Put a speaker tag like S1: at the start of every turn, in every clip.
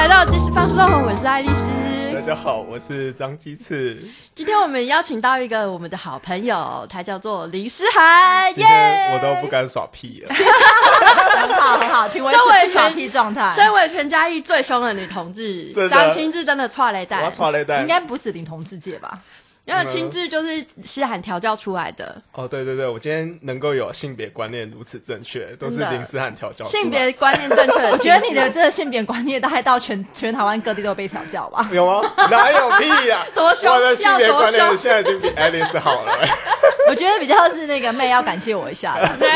S1: 教授，我是爱丽丝。
S2: 大家好，我是张鸡翅。
S1: 今天我们邀请到一个我们的好朋友，他叫做林诗涵，
S2: 今天我都不敢耍屁 了。
S3: 很好很好，请维
S1: 身为
S3: 持耍
S1: 全
S3: 屁状态，
S1: 身为全嘉义最凶的女同志
S2: 真，的
S1: 张青志真的错了一
S2: 我
S1: 代，
S2: 要抓雷蛋
S3: 应。该不止林同志界吧？
S1: 因为青志就是诗涵调教出来的，
S2: 哦，对对对，我今天能够有性别观念如此正确，都是
S1: 真的
S2: 林思翰调教出来的。
S1: 性别观念正确的青志。
S3: 我觉得 你的这个性别观念大概到全全台湾各地都有被调教吧？
S2: 有吗？哪有屁呀、
S1: 多凶
S2: 我的性别观
S1: 要多
S2: 念
S1: 凶
S2: 现在已经比 Alice 好了、
S3: 我觉得比较是那个妹要感谢我一下啦
S1: 对。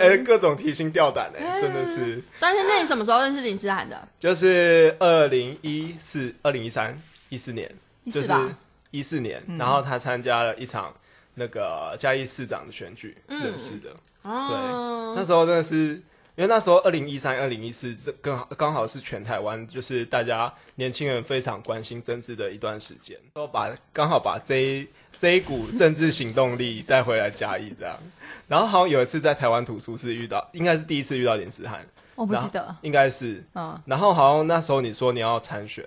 S2: 哎、各种提心吊胆哎、
S1: 嗯
S2: 真的是。
S1: 张先生，你什么时候认识林诗涵的？
S2: 就是二零一四、二零一三、一四年，
S3: 14
S2: 就是
S3: 吧
S2: 一四年，
S1: 嗯
S2: 然后他参加了一场那个嘉义市长的选举，
S1: 嗯
S2: 认识的。对，那
S1: 哦，
S2: 时候真的是。因为那时候二零一三、二零一四，这刚好刚好是全台湾就是大家年轻人非常关心政治的一段时间，都把刚好把这一这一股政治行动力带回来嘉义这样。然后好像有一次在台湾图书室遇到，应该是第一次遇到林思涵，
S3: 我不
S2: 然
S3: 记
S2: 后
S3: 得，
S2: 应该是
S3: 嗯
S2: 然后好像那时候你说你要参选，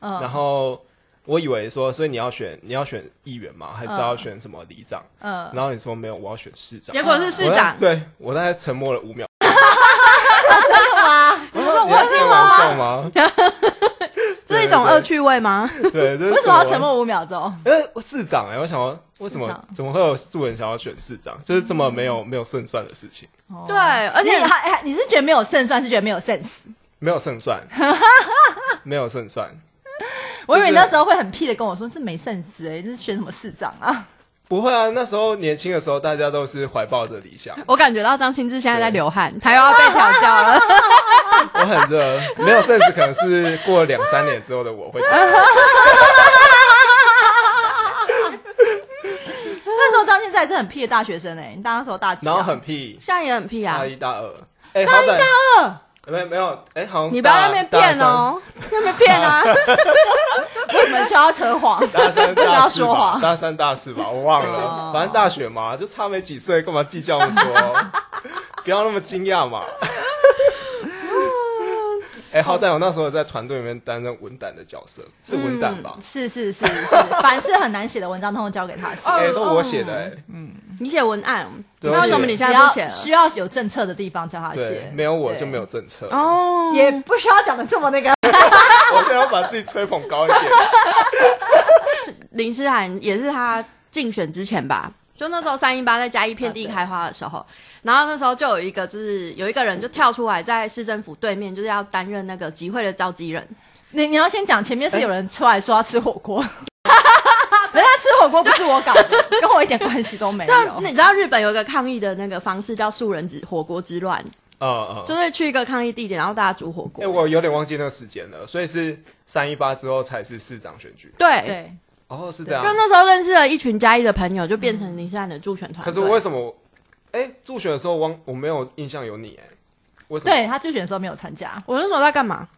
S2: 然
S3: 嗯
S2: 后我以为说，所以你要选你要选议员嘛，还是要选什么里长？
S3: 嗯，
S2: 然后你说没有，我要选市长
S1: 结。果是市长
S2: 我大，对我大概沉默了五秒。真的吗？
S3: 说
S2: 我在开玩笑吗？
S1: 这是一种恶趣味吗？
S2: 对。对，对
S3: 为什么要沉？默五秒钟？
S2: 因为市长哎、我想说，为什
S3: 市
S2: 么
S3: 长
S2: 怎么会有素人想要选市长？就是这么没有没有胜算的事情，
S1: 对，而且
S3: 你还还你是觉得没有胜算，是觉得没有 sense？
S2: 没有胜算，没有胜算。
S3: 我以为你那时候会很屁的跟我说这没 sense 哎，这是选什么市长啊？
S2: 不会啊，那时候年轻的时候，大家都是怀抱着理想，
S1: 我感觉到张清志现在在流汗，他又要被调教 了。
S2: 我很热，没有 sense 可能是过了两三年之后的我会讲。
S3: 那时候张建在是很屁的大学生哎，你那时候大几啊？
S2: 然后 很屁，
S1: 现在也很屁啊
S2: 大！一大二，哎、好歹
S3: 二，
S2: 没有没有，哎、好像
S1: 你不要在那边骗哦，在那边骗啊！
S3: 为什么需要扯谎？
S2: 大三。大三
S3: 不
S2: 大
S3: 要
S2: 四
S3: 说
S2: 吧，
S3: 谎
S2: 大三大四吧，我忘
S3: 哦
S2: 了，反正大学嘛，就差没几岁，干嘛计较那么多？ 不要那么惊讶嘛。哎、好歹我那时候在团队里面担任文胆的角色，是文胆吧？
S3: 是是是是，凡是很难写的文章，通通交给他写。
S1: 哦
S2: 哎、都我写的、哎
S1: 你写文案，
S2: 对
S1: 那为什么你现
S3: 只
S1: 在
S3: 要
S1: 不写了？
S3: 需要有政策的地方叫他
S2: 对
S3: 写，，
S2: 没有我就没有政策，
S1: 哦，
S3: 也不需要讲的这么那个。
S2: 我就要把自己吹捧高一 点。
S1: 林诗涵也是他竞选之前吧，就那时候三一八在嘉义遍地开花的时候，然后那时候就有一个就是有一个人就跳出来在市政府对面，就是要担任那个集会的召集人，
S3: 你你要先讲，前面
S2: 哎
S3: 是有人出来说要吃火锅， 人家吃火锅不是我搞的，跟我一点关系都 没
S1: 就
S3: 有
S1: 你。知道日本有一个抗议的那个方式叫素人子火锅之乱，
S2: 嗯嗯，
S1: 就是去一个抗议地点，然后大家煮火
S2: 哎、
S1: 锅。
S2: 我有点忘记那个时间了，所以是三一八之后才是市长选举。
S1: 对，
S3: 对，
S2: 哦，是这样
S1: 就。那时候认识了一群嘉义的朋友，就变成林诗涵的助选团队。
S2: 可是为什么我？哎、助选的时候忘，我没有印象有你哎、为什么？
S3: 对他助选的时候没有参加。
S1: 我那时候在干嘛？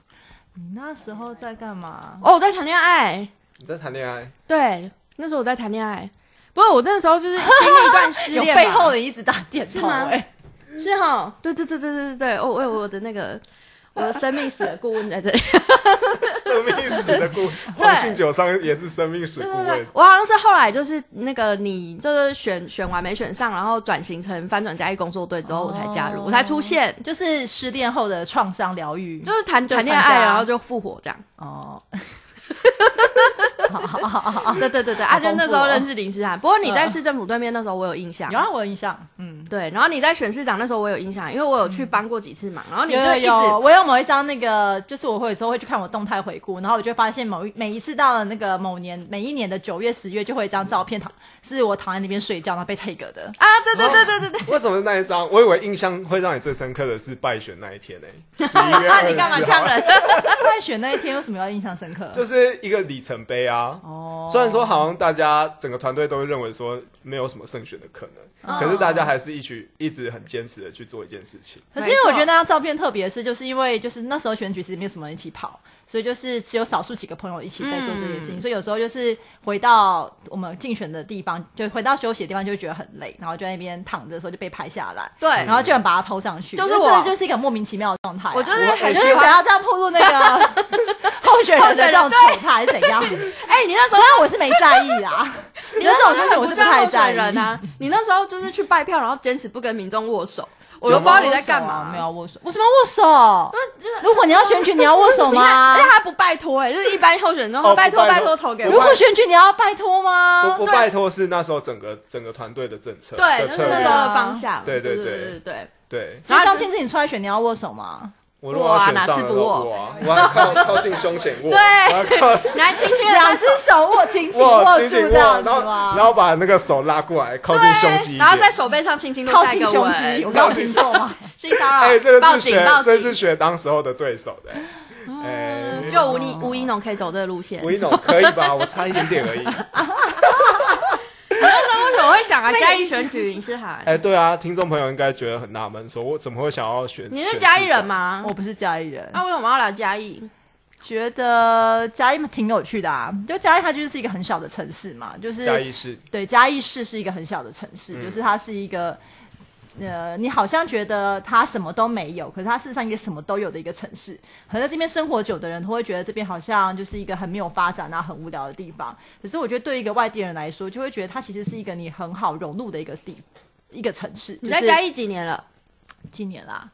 S3: 你那时候在干嘛？
S1: 哦，我在谈恋爱。
S2: 你在谈恋爱？
S1: 对，那时候我在谈恋爱。不是我那时候 就是经历一段失
S3: 有
S1: 恋嘛，
S3: 背后的一直打点
S1: 是
S3: 头
S1: 吗
S3: 哎，
S1: 是哈，对对对对对对对，我为我的那个我的生命史的顾问在这里，
S2: 生命史的顾，
S1: 对
S2: 同性酒商也是生命史
S1: 对
S2: 顾
S1: 对对
S2: 问，。
S1: 我好像是后来就是那个你就是选选完没选上，然后转型成翻转嘉义工作队之后，我才加
S3: 哦
S1: 入，我才出现，
S3: 就是失恋后的创伤疗愈。
S1: 就是谈
S3: 就
S1: 谈恋
S3: 参
S1: 爱，
S3: 加
S1: 然后就复活这样。
S3: 哦，好好好好好，
S1: 对对对对，啊，
S3: 好
S1: 就
S3: 丰富
S1: 那时候认识林思涵，不过你在
S3: 嗯
S1: 市政府对面那时候我有印象
S3: 有。啊，我有印象，嗯。
S1: 对，然后你在选市长那时候我有印象，因为我有去帮过几次忙，然后你就
S3: 有有
S1: 一直
S3: 有，我有某一张那个，就是我会有时候会去看我动态回顾，然后我就发现某一每一次到了那个某年每一年的九月十月，就会有一张照片躺是我躺在那边睡觉，然后被 take 的。
S1: 啊，对对对对对对，
S2: 哦为什么是那一张？我以为印象会让你最深刻的是败选那一天 呢、欸。十一月
S1: 啊，
S2: 二
S1: 你
S2: 十
S1: 干嘛
S2: 四
S1: 呛
S2: 号，
S1: 人？
S3: 快选那一天为什么要印象深刻？
S2: 就是一个里程碑啊。
S3: 哦，
S2: 虽然说好像大家整个团队都认为说没有什么胜选的可能，
S1: 嗯
S2: 可是大家还是一起一直很坚持的去做一件事情。
S3: 可是因为我觉得那张照片特别是，就是因为就是那时候选举其实没有什么人一起跑，所以就是只有少数几个朋友一起在做这件
S1: 嗯
S3: 事情，所以有时候就是回到我们竞选的地方，就回到休息的地方，就会觉得很累，然后就在那边躺着的时候就被拍下来，
S1: 对，
S3: 然后就有人把它抛上去，
S1: 就是
S3: 这
S1: 我
S3: 就是一个莫名其妙的状态啊、
S1: 我就是
S3: 我
S1: 很
S3: 就
S1: 喜
S3: 是
S1: 欢
S3: 想要这样暴露 那个候选人的这种丑态还是怎样？
S1: 哎、你那时
S3: 虽
S1: 候
S3: 然我是没在 意啊，你这种东西我是
S1: 不
S3: 太在意。
S1: 人啊，你那时候就是去拜票，然后坚持不跟民众握手，我
S2: 有
S1: 都
S2: 吗啊
S1: 不知道你在干嘛。
S3: 没有握手，为什么要握手？如果你要选举，你要握 手
S1: 你看，
S3: 吗
S1: 而且？他不拜托，哎，就是一般候选人都
S2: 哦
S1: 会
S2: 不
S1: 拜托
S2: 拜
S1: 拜
S2: 托
S1: 托投给
S2: 不
S3: 如
S1: 我。
S3: 果选举，你要拜托吗
S2: 我？我拜托是那时候整个整个团队的政策，
S1: 哦对，
S2: 的
S1: 就是
S2: 策
S1: 那
S2: 略
S1: 时候的方向。
S2: 对
S1: 对
S2: 对对
S1: 对对。
S2: 对。
S3: 所以张庆自己出来选，你要握手吗？
S2: 我如果要选上
S1: 我啊哪次
S2: 了
S1: 不
S2: 我
S1: 握
S2: 啊我要靠靠近胸前握，
S1: 对
S2: 我要靠
S1: 你还轻轻的
S3: 两只手握紧紧
S2: 握
S3: 握
S2: 紧
S3: 住
S2: 紧握，
S3: 这样
S2: 然
S3: 子
S2: 后然
S3: 吗？
S2: 后把那个手拉过来，靠近胸肌一点，
S1: 然后在手背上轻轻落
S3: 靠
S1: 下一
S3: 近
S1: 个
S3: 胸肌，我
S1: 吻，
S3: 刚刚听 错吗？
S1: 性骚扰，
S2: 哎，这个
S1: 报
S2: 是
S1: 警
S2: 学
S1: 报，
S2: 这是
S1: 警，
S2: 学当时候的对手的，
S1: 嗯
S2: 哎，
S1: 就吴一吴一农可以走这个路线。
S2: 吴一农可以吧？我差一点点而已。
S1: 那为什么会想啊？嘉义选举林诗涵，
S2: 哎，对啊，听众朋友应该觉得很纳闷，说我怎么会想要选？
S1: 你是
S2: 选
S1: 嘉义
S2: 市长
S1: 人？吗？
S3: 我不是嘉义人
S1: 那、，为什么要聊嘉义？
S3: 觉得嘉义挺有趣的啊。就嘉义，它就是一个很小的城市嘛，就是
S2: 嘉义市，
S3: 对，嘉义市是一个很小的城市，
S2: 嗯
S3: 就是它是一个，呃，你好像觉得它什么都没有，可是它事实上一个什么都有的一个城市。可能在这边生活久的人，都会觉得这边好像就是一个很没有发展啊、很无聊的地方。可是我觉得对一个外地人来说，就会觉得它其实是一个你很好融入的一个地一个城市。
S1: 你在嘉
S3: 义
S1: 义几年了？
S3: 几年啦、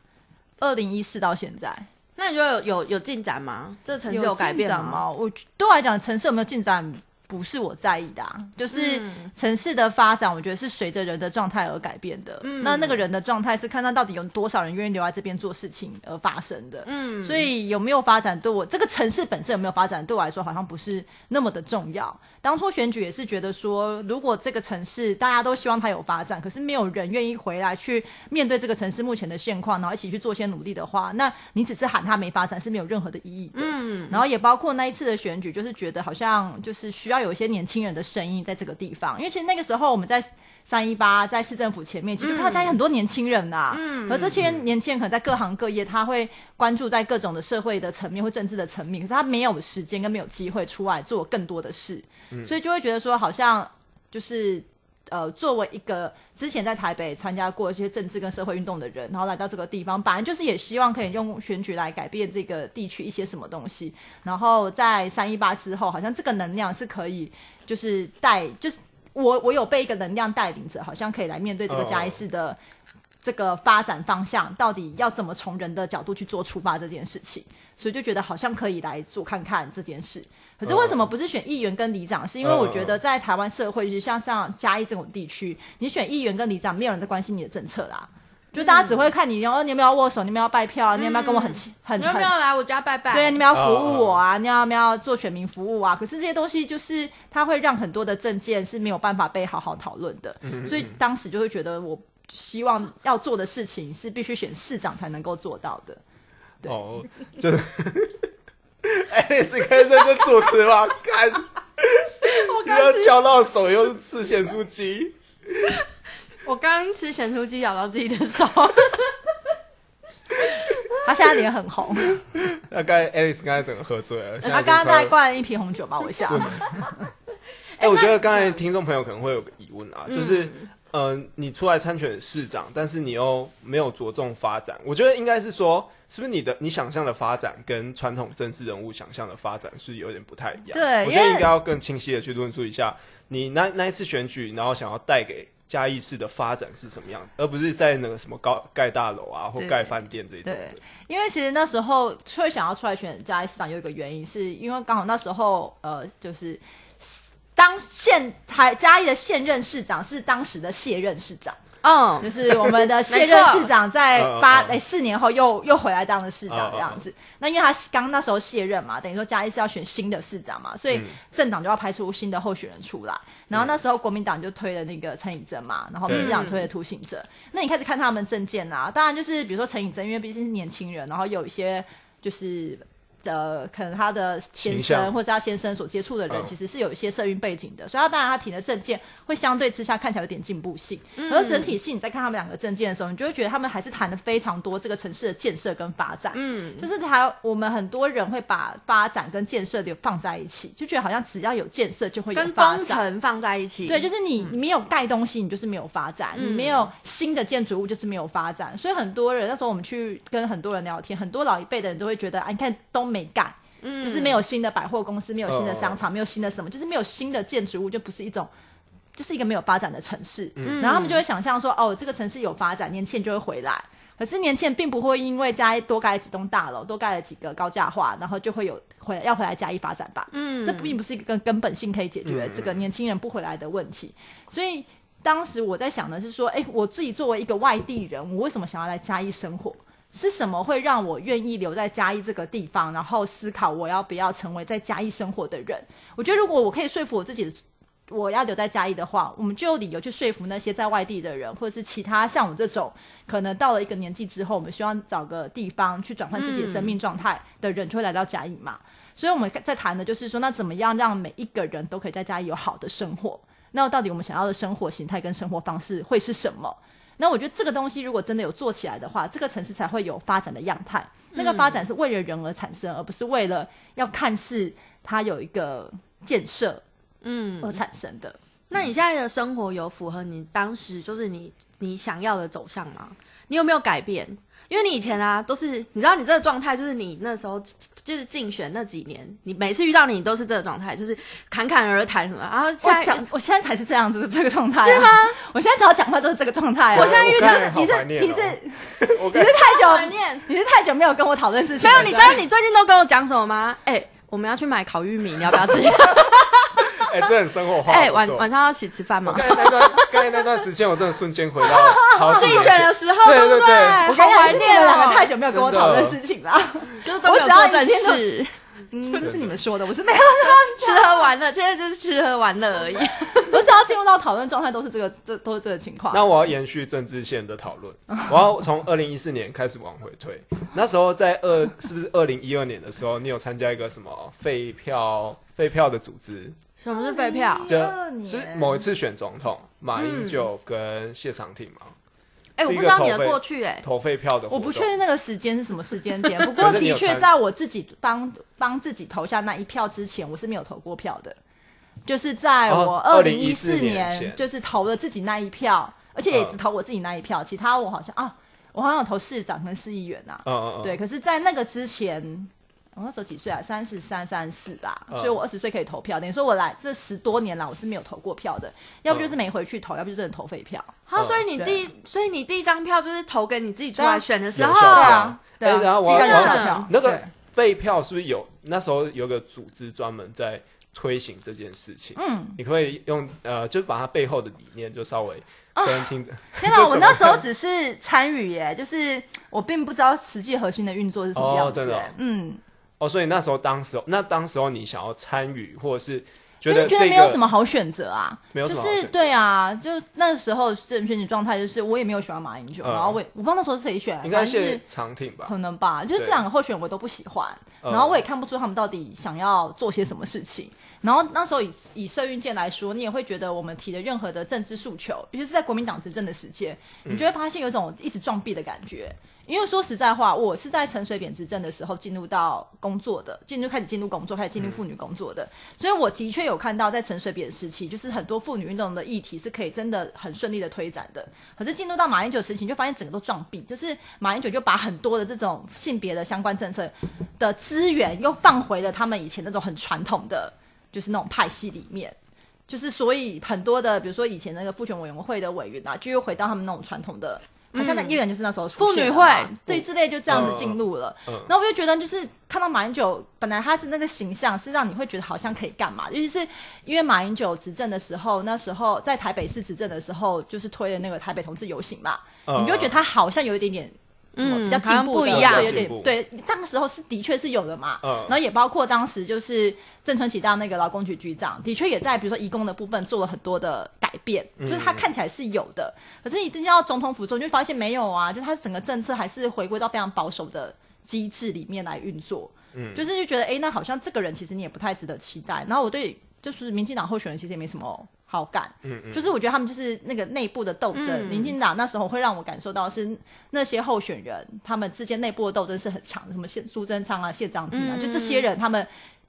S3: 二零一四到现在，
S1: 那你觉得有有有进展吗？这城市改变
S3: 进展？吗？我对我来讲，城市有没有进展不是我在意的、啊，就是
S1: 嗯
S3: 城市的发展，我觉得是随着人的状态而改变的。
S1: 嗯
S3: 那那个人的状态是看到到底有多少人愿意留在这边做事情而发生的。
S1: 嗯，
S3: 所以有没有发展，对我这个城市本身有没有发展，对我来说好像不是那么的重要。当初选举也是觉得说，如果这个城市大家都希望它有发展，可是没有人愿意回来去面对这个城市目前的现况，然后一起去做些努力的话，那你只是喊它没发展是没有任何的意义的。
S1: 嗯，
S3: 然后也包括那一次的选举，就是觉得好像就是需要有一些年轻人的声音在这个地方，因为其实那个时候我们在三一八在市政府前面，其实就看到家里很多年轻人呐、嗯，而这些年轻人可能在各行各业，他会关注在各种的社会的层面或政治的层面，可是他没有时间跟没有机会出来做更多的事，所以就会觉得说好像就是。呃，作为一个之前在台北参加过一些政治跟社会运动的人，然后来到这个地方，本来就是呃也希望可以用呃选举来改变这个地区一些什么东西。然后在三一八之后，好像这个能量是可以，就是带，就是我我有被一个能量带领着，好像可以来面对这个嘉义市的这个发展方向，到底要怎么从人的角度去做出发这件事情，所以就觉得好像可以来做看看这件事。可
S1: 嗯
S3: 是为什么不是选议员跟里长？是因为我觉得在台湾社会，就像像嘉义这种地区，
S1: 嗯
S3: 你选议员跟里长，没有人在关心你的政策啦。就大家只会看你，然后你有没有握手，你有没有拜票啊，你有没有跟我很亲很
S1: 嗯你有
S3: 很
S1: 没有来我嗯家拜拜？
S3: 对，啊你们要服务我啊，你要不要做选民服务啊？可是这些东西就是它会让很多的证件是没有办法被好好讨论
S1: 嗯
S3: 的，所以当时就会觉得我希望要做的事情是必须选市长才能够做到的。
S2: 哦，就是 哎，你是可以认真主持吗？ 看，又敲到手，又是刺咸酥鸡。
S1: 我刚刚吃咸酥鸡咬到自己的手，
S3: 他现在脸很红，
S2: 大概 Alice 刚才整个喝醉了，现
S3: 嗯他
S2: 在
S3: 刚刚大
S2: 在
S3: 概灌了一瓶红酒吧，我想。
S2: 哎、我觉得刚才听众朋友可能会有个疑问啊，就是，嗯、你出来参选市长，但是你又没有着重发展，我觉得应该是说，是不是你的你想象的发展跟传统政治人物想象的发展是有点不太一样？
S3: 对
S2: 我觉得
S3: 因为
S2: 应该要更清晰的去论述一下，你那那一次选举，然后想要带给嘉义市的发展是什么样子，而不是在那个什么高盖大楼啊或
S3: 对
S2: 盖饭店这一种
S3: 对
S2: 的。，
S3: 因为其实那时候会想要出来选嘉义市长，有一个原因是因为刚好那时候呃，就是当现台嘉义的现任市长是当时的卸任市长。
S1: 嗯，
S3: 就是我们的现
S1: 没
S3: 任
S1: 错
S3: 市长在八
S2: 嗯嗯嗯
S3: 哎四年后又又回来当了市长
S2: 嗯嗯
S3: 这样子。那因为他刚那时候卸任嘛，等于说嘉义是要选新的市长嘛，所
S2: 嗯
S3: 以政党就要排出新的候选人出来。然后那时候国民党就推了那个陈以贞嘛，然后民进党推了涂行者。那你开始看他们证件啊，当然就是比如说陈以贞，因为毕竟是年轻人，然后有一些就是。呃，可能他的先
S2: 形
S3: 生
S2: 象
S3: 或是他先生所接触的人，
S2: 嗯
S3: 其实是有一些社运背景的，所以他当然他提的证件会相对之下看起来有点进步性。
S1: 嗯
S3: 而整体性，你在看他们两个证件的时候，你就会觉得他们还是谈的非常多这个城市的建设跟发展。
S1: 嗯，
S3: 就是台我们很多人会把发展跟建设流放在一起，就觉得好像只要有建设就会有
S1: 跟
S3: 发
S1: 工
S3: 展。
S1: 程嗯放在一起，
S3: 对，就是你你没有盖东西，你就是没有发展；
S1: 嗯
S3: 你没有新的建筑物，就是没有发展。所以很多人那时候我们去跟很多人聊天，很多老一辈的人都会觉得，啊，你看都没盖，
S1: 嗯
S3: 就是没有新的百货公司，没有新的商场，没有新的什么，就是没有新的建筑物，就不是一种。就是一个没有发展的城市，然后他们就会想象说，哦，这个城市有发展，年轻人就会回来。可是年轻人并不会因为嘉义多盖了几栋大楼，多盖了几个高价化，然后就会有回来要回来嘉义发展吧？嗯，这并不是一个根根本性可以解决这个年轻人不回来的问题。所以当时我在想的是说，哎，我自己作为一个外地人，我为什么想要来嘉义生活？是什么会让我愿意留在嘉义这个地方，然后思考我要不要成为在嘉义生活的人？我觉得如果我可以说服我自己的我要留在嘉义的话，我们就有理由去说服那些在外地的人，或者是其他像我这种可能到了一个年纪之后，我们希望找个地方去转换自己的生命状态的人，就会来到嘉义嘛。所以我们在谈的就是说，那怎么样让每一个人都可以在家里有好的生活？那到底我们想要的生活形态跟生活方式会是什么？那我觉得这个东西如果真的有做起来的话，这个城市才会有发展的样态。那个发展是为了人而产生，而不是为了要看似它有一个建设
S1: 嗯。
S3: 而产生的。
S1: 那你现在的生活有符合你当时就是你你想要的走向吗？你有没有改变？因为你以前啊，都是你知道你这个状态，就是你那时候就是竞选那几年，你每次遇到你都是这个状态，就是侃侃而谈什么。然后现
S3: 我
S1: 在
S3: 讲，我现在才是这样，就是这个状态、是吗？我现在只要讲话都是这个状态、啊。
S2: 我现在遇到
S3: 你
S2: 我
S3: 是
S2: 刚才好怀念哦
S3: 你是
S2: 我
S3: 你
S2: 感
S3: 是太
S1: 怀
S3: 久，
S1: 念
S3: 你是太久没有跟我讨论事情
S1: 没
S3: 了。
S1: 有，你知道你最近都跟我讲什么吗？哎、我们要去买烤玉米，你要不要吃？
S2: 哎、这很生活化。
S1: 哎、
S2: 不
S1: 晚
S2: 错
S1: 晚上要一起吃饭吗
S2: 刚？才那段，刚才那段时间，我真的瞬间回到好几
S1: 竞
S2: 年
S1: 选
S2: 前
S1: 的。时候，
S2: 对
S1: 不
S2: 对对
S1: 对？
S2: 我
S1: 好
S3: 还
S1: 怀
S3: 有就是你
S1: 念
S3: 们两
S1: 哦
S3: 个，太久没有跟我讨论事情啦。
S1: 就是都没有做正
S3: 我只要
S1: 事，
S3: 嗯，这是你们说的，我是没有。
S1: 吃喝玩乐，现在就是吃喝玩乐而已。
S3: 我只要进入到讨论状态，都是这个，都都是这个情况。
S2: 那我要延续政治线的讨 论，我要从二零一四年开始往回推。那时候在二是不是二零一二年的时候，你有参加一个什么废票废票的组织？
S1: 什么是废票？
S2: 就
S3: 12年嗯
S2: 是某一次选总统，马英九跟谢长廷嘛，
S1: 哎、
S2: 是
S1: 我
S2: 一
S1: 不知
S2: 个
S1: 道你的
S2: 投背
S1: 过去、哎，
S2: 投废票的活
S3: 我
S2: 动。
S3: 不确定那个时间是什么时间点，不
S2: 可
S3: 过
S2: 是你有
S3: 的确
S2: 参
S3: 在我自己帮帮自己投下那一票之前，我是没有投过票的，就是在
S2: 哦
S3: 我二零一
S2: 2014
S3: 四
S2: 年前嗯
S3: 年就是投了自己那一票，而且也只投我自己那一票，其他我好像啊，我好像有投市长跟市议员啊，
S2: 嗯嗯嗯，
S3: 对，可是，在那个之前。我那时候几岁啊？三十三、三四吧，
S2: 嗯
S3: 所以我二十岁可以投票。等于说我来这十多年来，我是没有投过票的，要不就是没回去投，要不就真的投废票。
S1: 啊，
S2: 嗯
S1: 所以你第一，所以你第一张票就是投给你自己出来选的时候
S2: 有，效
S3: 对
S2: 票
S3: 啊，对啊
S2: 哎然后我
S1: 要
S3: 第一张
S1: 我要
S3: 投票
S2: 那个
S3: 对
S2: 废票是不是有那时候有个组织专门在推行这件事情？嗯，你可以用呃，就把它背后的理念就稍微跟听着。
S3: 天
S2: 这
S3: 哪！
S2: 什
S3: 我
S2: 么
S3: 那时候只是参与耶，就是我并不知道实际核心的运作是什么样子
S2: 哦真
S3: 耶。
S2: 的哦
S3: 嗯，
S2: 哦，所以那时候当时候那当时候你想要参与，或者是觉
S3: 因为
S2: 得
S3: 觉
S2: 这
S3: 得
S2: 个
S3: 没有什么好选择啊，
S2: 没有什
S3: 就
S2: 么好
S3: 是
S2: 选择
S3: 对啊，就那时候选选举状态就是我也没有喜欢马英九，
S2: 嗯
S3: 然后我也我不知道那时候是谁选，啊
S2: 应
S3: 反
S2: 该
S3: 正就是
S2: 是长挺吧
S3: 可？能吧，就是这
S2: 对
S3: 两个候选人我都不喜欢，
S2: 嗯
S3: 然后我也看不出他们到底想要做些什么事情。然后那时候以以社运界来说，你也会觉得我们提的任何的政治诉求，尤其是在国民党执政的时间，你
S2: 嗯
S3: 就会发现有一种一直撞壁的感觉。因为说实在话，我是在陈水扁执政的时候进入到工作的，进入开始进入工作，开始进
S2: 嗯
S3: 入妇女工作的，所以我的确有看到在陈水扁时期，就是很多妇女运动的议题是可以真的很顺利的推展的。可是进入到马英九时期，你就发现整个都撞壁，就是马英九就把很多的这种性别的相关政策的资源又放回了他们以前那种很传统的，就是那种派系里面。就是所以很多的，比如说以前那个父权委员会的委员啊，就又回到他们那种传统的，好像那议员就是那时候出现
S1: 嗯妇
S3: 的嘛
S1: 女会
S3: 对之类就这样子进入了。
S2: 嗯嗯嗯
S3: 然后我就觉得，就是看到马英九，本来他是那个形象是让你会觉得好像可以干嘛，尤其是因为马英九执政的时候，那时候在台北市执政的时候，就是推了那个台北同志游行嘛，
S2: 嗯
S3: 你就觉得他好像有一点点。什么
S1: 嗯
S3: 比较进步
S1: 好像不
S3: 的，
S1: 一样
S3: 对有
S2: 进步
S3: 点对。那个时候是的确是有的嘛，
S2: 嗯
S3: 然后也包括当时就是郑春起当那个劳工局局长，的确也在比如说移工的部分做了很多的改变，就是他看起来是有的，可是你真到总统府之后，你就发现没有啊，就他整个政策还是回归到非常保守的机制里面来运作。嗯，就是就觉得哎、诶那好像这个人其实你也不太值得期待。然后我对就是民进党候选人其实也没什么好感，
S2: 嗯嗯
S3: 就是我觉得他们就是那个内部的斗争，
S1: 嗯
S3: 民进党那时候会让我感受到是那些候选人他们之间内部的斗争是很强的，什么谢苏贞昌啊、谢长廷啊，
S1: 嗯
S3: 就这些人他们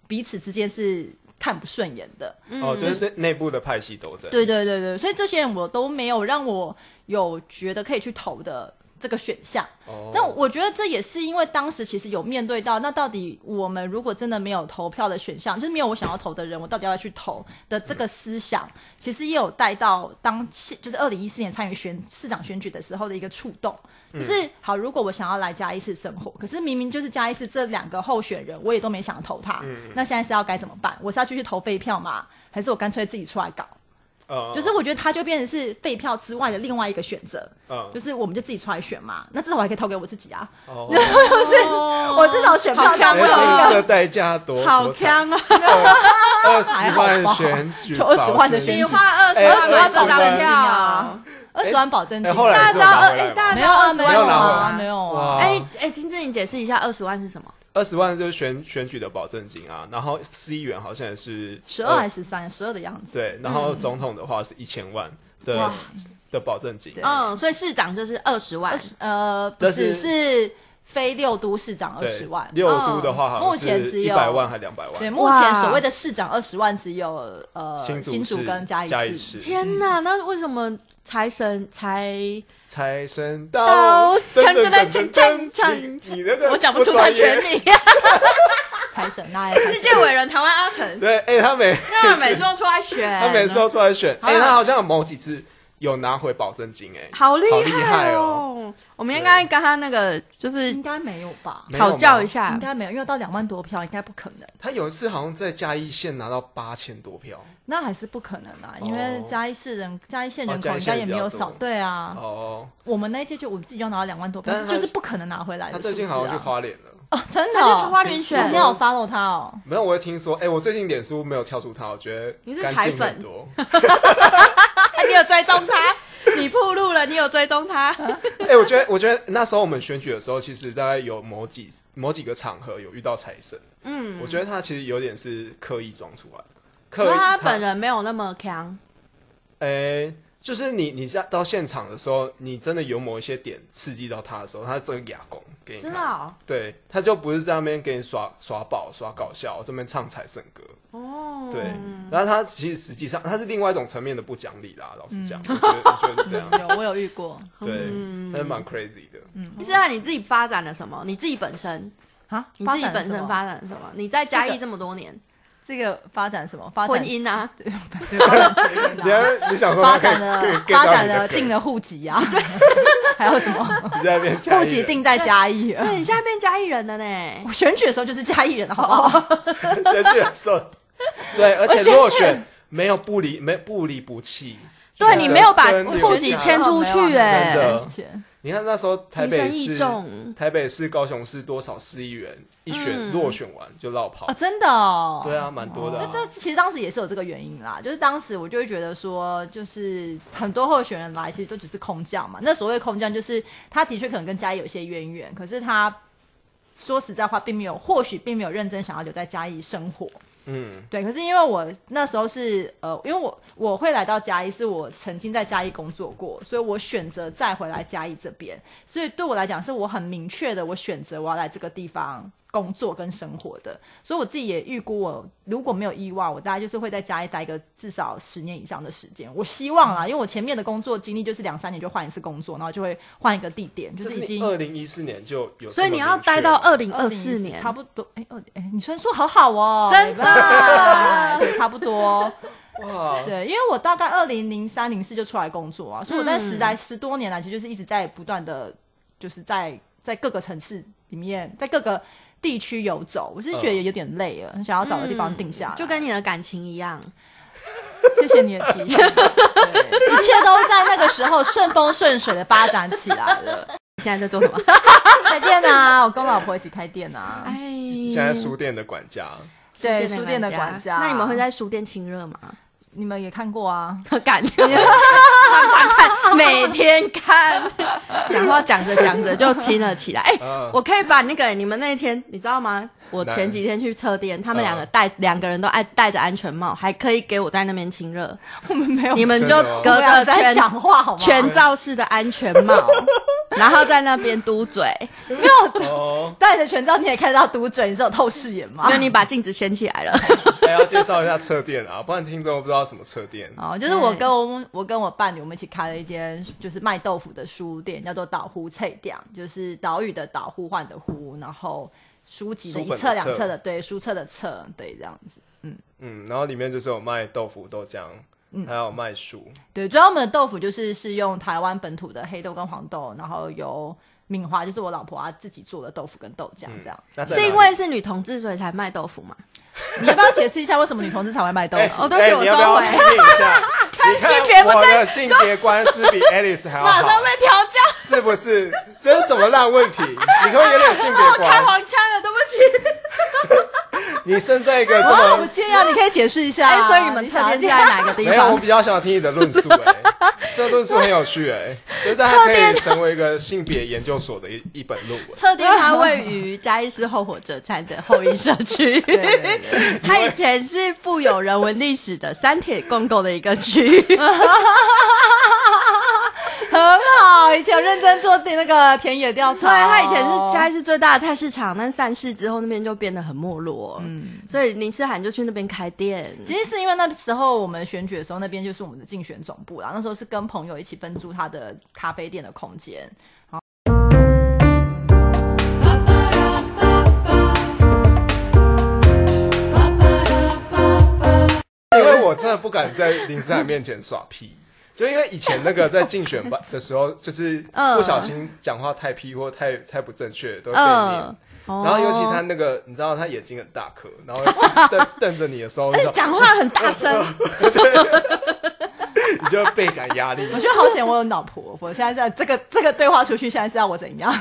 S3: 彼此之间是看不顺眼的。
S2: 哦，就是内内部的派系斗争。
S3: 嗯对对对对，所以这些人我都没有让我有觉得可以去投的这个选项。
S2: 哦，
S3: 那我觉得这也是因为当时其实有面对到，那到底我们如果真的没有投票的选项，就是没有我想要投的人，我到底要不要去投的这个思想，其实也有带到当就是二零一四年参与选市长选举的时候的一个触动，就是好，如果我想要来嘉义市生活，可是明明就是嘉义市这两个候选人，我也都没想投他，那现在是要该怎么办？我是要继续投废票吗？还是我干脆自己出来搞？
S2: 呃
S3: 就是我觉得他就变成是废票之外的另外一个选择，
S2: 嗯，
S3: 就是我们就自己出来选嘛。那至少我还可以投给我自己啊。
S2: 哦，
S1: 是
S3: 我至少选票上
S1: 好
S3: 会有
S1: 强
S3: 一
S1: 哦
S3: 个
S2: 哎这代价多
S1: 好，强啊！
S2: 二十万选举，
S3: 还好吧20万的选
S1: 你
S3: 举
S1: 花二十
S2: 哎
S1: 万
S2: 20万
S1: 张
S2: 保证金
S1: 票
S3: 啊，二十万保证金。
S2: 哎后来
S1: 大家知道二
S2: 是有拿回来
S1: 哎，
S2: 吗
S1: 大家知道二十
S3: 没有啊，没
S1: 万
S3: 有
S2: 有拿
S3: 啊，没
S1: 有。
S3: 有
S2: 哇
S3: 啊。
S1: 哎哎，金志颖解释一下，二十万是什么？
S2: 二十万就是选选举的保证金啊，然后市议员好像也是
S3: 十二还是十三？啊十二的样子。
S2: 对，然后总统的话是一千万的
S3: 哇
S2: 的保证金，
S3: 对
S1: 嗯，所以市长就是二十万
S3: 二，十呃，不
S2: 这
S3: 是是非六都市长二
S2: 对
S3: 十万。嗯
S2: 六都的话好
S3: 目前
S2: 像是
S3: 只
S2: 一
S3: 有
S2: 百万还两百
S3: 对，
S2: 万，
S3: 目前所谓的市长二十万只有呃
S2: 新
S3: 新
S2: 竹
S3: 竹
S2: 市
S3: 跟嘉义市。
S2: 市，
S1: 天哪！那为什么财神才
S2: 财神
S1: 到
S2: 到，
S1: 锵锵锵锵锵
S2: 你你那个
S1: 我讲不出他
S2: 专
S1: 全
S2: 业，
S1: 名？
S3: 啊财神那
S1: 世界伟人台湾阿 成，
S2: 对，哎，他每
S1: 让每次都出来选，
S2: 他每次都出来选，
S1: 好啦
S2: 哎，他好像有某几次有拿回保证金，哎，
S1: 好厉
S2: 好厉害
S1: 哦！我们应该跟他那个就是
S3: 应该没有吧？
S2: 没有吗
S1: 讨教一下
S3: 应，该没有，因为到两万多票应该不可能，
S2: 他有一次好像在嘉义县拿到八千多票，
S3: 那还是不可能啊，因为
S2: 哦
S3: 嘉义市人、嘉义县人
S2: 哦嘉
S3: 口
S2: 义
S3: 应该
S2: 县
S3: 也没有
S2: 比较
S3: 少，
S2: 多
S3: 对啊，
S2: 哦，
S3: 我们那一届就我们自己要拿到两万多票，
S2: 但
S3: 可
S2: 是
S3: 是
S2: 他
S3: 就是不可能拿回来的
S2: 他
S3: 数字啊。
S2: 最近好像去花莲了。
S3: 哦， 真的
S1: 他去
S3: 哦，
S1: 花莲
S3: 你
S1: 选
S3: 现在有 follow 他哦，
S2: 没有，我也听说，哎、我最近脸书没有跳出他，我觉得
S1: 你是
S2: 干
S1: 彩
S2: 净很
S1: 粉
S2: 多。
S1: 哎，你有追踪他，你铺路了，你有追踪他，
S2: 哎、我觉得，我觉得那时候我们选举的时候，其实大概有某几某几个场合有遇到财神，
S1: 嗯，
S2: 我觉得他其实有点是刻意装出来的，刻意
S1: 那他本，人没有那么强，
S2: 哎、就是你你在到现场的时候，你真的有某一些点刺激到他的时候，他真的哑公给你
S1: 真
S2: 看，
S1: 的哦，
S2: 对，他就不是在那边给你耍耍宝、耍搞笑，这边唱财神歌，
S1: 哦，
S2: 对，然后他其实实际上他是另外一种层面的不讲理啦，老实讲，
S1: 嗯
S2: 我觉得我觉得是这样。
S3: 有我有遇 过
S2: 对，那是蛮 crazy 的。
S1: 你是在你自己发展了什么？你自己本身，
S3: 啊，
S1: 你自己本
S3: 什
S1: 身
S3: 么
S1: 发展了什么？你在嘉
S3: 这
S1: 义
S3: 个
S1: 这么多年，
S3: 这个发展什么？发展
S1: 婚 姻啊，
S3: 对发展结
S2: 你
S3: 婚啊
S2: 还你想说
S3: 发
S2: 他可以
S3: 展了
S2: 可以 get
S3: 发
S2: 到
S3: 展
S2: 你
S3: 了
S2: 的
S3: 定
S2: 了，
S3: 了户 籍啊，对， 还有什么
S2: 你在那边加
S3: 户
S2: 一
S3: 籍
S2: 人
S3: 定在嘉义？
S1: 对你现在变嘉义人了呢
S3: 我，选举的时候就是嘉义人，好不
S2: 哦
S3: 好？
S2: 在这个时候， 对，而且落选没有不离没不离不弃。啊
S1: 对
S2: 真的
S1: 你没有把
S2: 真的
S1: 户籍
S2: 假的
S1: 迁出
S3: 哦啊
S1: 去，
S2: 真
S1: 哎，
S2: 的啊你看那时候台
S1: 情
S2: 北
S1: 深意
S2: 市
S1: 重、
S2: 台北市、高雄市多少市议员一选
S1: 嗯
S2: 落选完就落跑
S3: 啊，，真的哦，
S2: 对啊，蛮多的啊。
S1: 哦
S3: 那其实当时也是有这个原因啦，就是当时我就会觉得说，就是很多候选人来其实都只是空降嘛。那所谓空降，就是他的确可能跟嘉义有些渊源，可是他说实在话，并没有，或许并没有认真想要留在嘉义生活。
S2: 嗯，
S3: 对，可是因为我那时候是呃，因为我我会来到嘉义，是我曾经在嘉义工作过，所以我选择再回来嘉义这边，所以对我来讲是我很明确的，我选择我要来这个地方工作跟生活的，所以我自己也预估我如果没有意外，我大概就是会在嘉义待个至少十年以上的时间，我希望啦，因为我前面的工作经历就是两三年就换一次工作，然后就会换一个地点，就
S2: 这
S3: 是
S2: 是
S3: 已
S2: 你
S3: 经。
S2: 二零一四年就有，
S1: 所以你要待到二零二四
S3: 2024
S1: 年，
S3: 差不多，哎、二哎、你虽然说好好哦，
S1: 真的
S3: 拜拜对，差不多，
S2: 哇，
S3: 对，因为我大概二零零三零四就出来工作啊，所以我在十来、十多年来，其实就是一直在不断的，就是在在各个城市里面，在各个地区游走。我是觉得
S2: 嗯
S3: 有点累了，很想要找个地方定下来。
S1: 嗯就跟你的感情一样，
S3: 谢谢你的提醒， 对一切都在那个时候顺风顺水的发展起来 了。
S1: 你现在在做什 么？
S3: 开店啊，我跟老婆一起开店啊，
S1: 哎，
S2: 现在书店的管家，
S3: 对，书店的管家。
S1: 那你们会在书店亲热吗？
S3: 你们也看过 啊，
S1: 感觉常常看，每天 看，讲话讲着讲着就亲了起来。哎、
S2: 嗯
S1: 我可以把那个你们那天你知道吗？我
S2: 哪
S1: 前几天去测店，他们
S2: 嗯
S1: 两个戴两个人都爱戴着安全帽，还可以给我在那边亲热，
S3: 我们没有，
S1: 你们就
S2: 真的哦
S1: 隔
S3: 我们俩
S1: 着
S3: 在
S1: 全
S3: 讲话好吗？
S1: 全罩式的安全帽，然后在那边嘟嘴，
S3: 没有
S2: 哦，
S3: 戴着全罩，你也看得到嘟嘴，你是有透视眼吗
S1: 因？为你把镜子掀起 来了。
S2: 还哎要介绍一下车店啊，不然听众不知道什么车店。
S3: 哦，就是我跟我我跟我伴侣，我们一起开了一间就是卖豆腐的书店，叫做岛湖菜店，就是岛屿的岛，呼唤的呼，然后书籍的
S2: 书
S3: 一
S2: 本的
S3: 册两
S2: 册
S3: 册的，对，书册的册，对，这样子。
S2: 嗯，然后里面就是有卖豆腐、豆浆，
S3: 嗯
S2: 还有卖书。
S3: 对，主要我们的豆腐就是是用台湾本土的黑豆跟黄豆，然后由敏华就是我老婆她啊自己做的豆腐跟豆浆
S2: 嗯
S3: 这样。
S2: 那在
S1: 是因
S2: 哪里
S1: 为是女同志所以才卖豆腐吗？
S3: 你要不要解释一下为什么女同志才会卖豆
S2: 哎
S3: 腐？
S1: 哦对不起
S2: 哎
S1: 我
S2: 你要不要
S1: 收回
S2: 批评 一下。你看
S1: 性别不
S2: 我
S1: 正
S2: 的性别观是比 Alice 还要
S1: 马
S2: 好
S1: 上，被调教，
S2: 是不是？这是什么烂问题？你可不可以有点性别
S1: 开
S2: 观？
S1: 黄腔了，对不起。
S2: 你身在一个这
S3: 我不
S2: 么……
S3: 介意啊，你可以解释一下啊。
S1: 哎，所以你们测
S3: 想
S1: 店是
S3: 要
S1: 在哪个地
S2: 没有，我
S1: 方？
S2: 比较想听你的论述、哎，这论述很有趣、哎，就是大家可以成为一个性别研究所的一一本论文。
S1: 测定它位于嘉义市后火车站的后一社区，
S3: 对对对
S1: 它以前是富有人文历史的三铁共构的一个 区域。
S3: 很好，以前有认真做那个田野调
S1: 对，
S3: 查哦，
S1: 它以前是嘉义市最大的菜市场，但散市之后那边就变得很没落，嗯，所以林诗涵就去那边开店。
S3: 其实是因为那时候我们选举的时候，那边就是我们的竞选总部啊啦。那时候是跟朋友一起分租他的咖啡店的空间。
S2: 因为我真的不敢在林思涵面前耍屁，就因为以前那个在竞选吧的时候，就是
S1: 嗯
S2: 不小心讲话太屁或太太不正确都会被
S1: 嗯
S2: 念。，然后尤其他
S1: 哦
S2: 那个，你知道他眼睛很大颗，然后瞪 瞪着你的时候，你知
S1: 哎
S2: 道
S1: 讲话很大 声，
S2: 你就会倍感压力。
S3: 我觉得好险，我有老婆。我现在在这个这个对话出去，现在是要我怎样？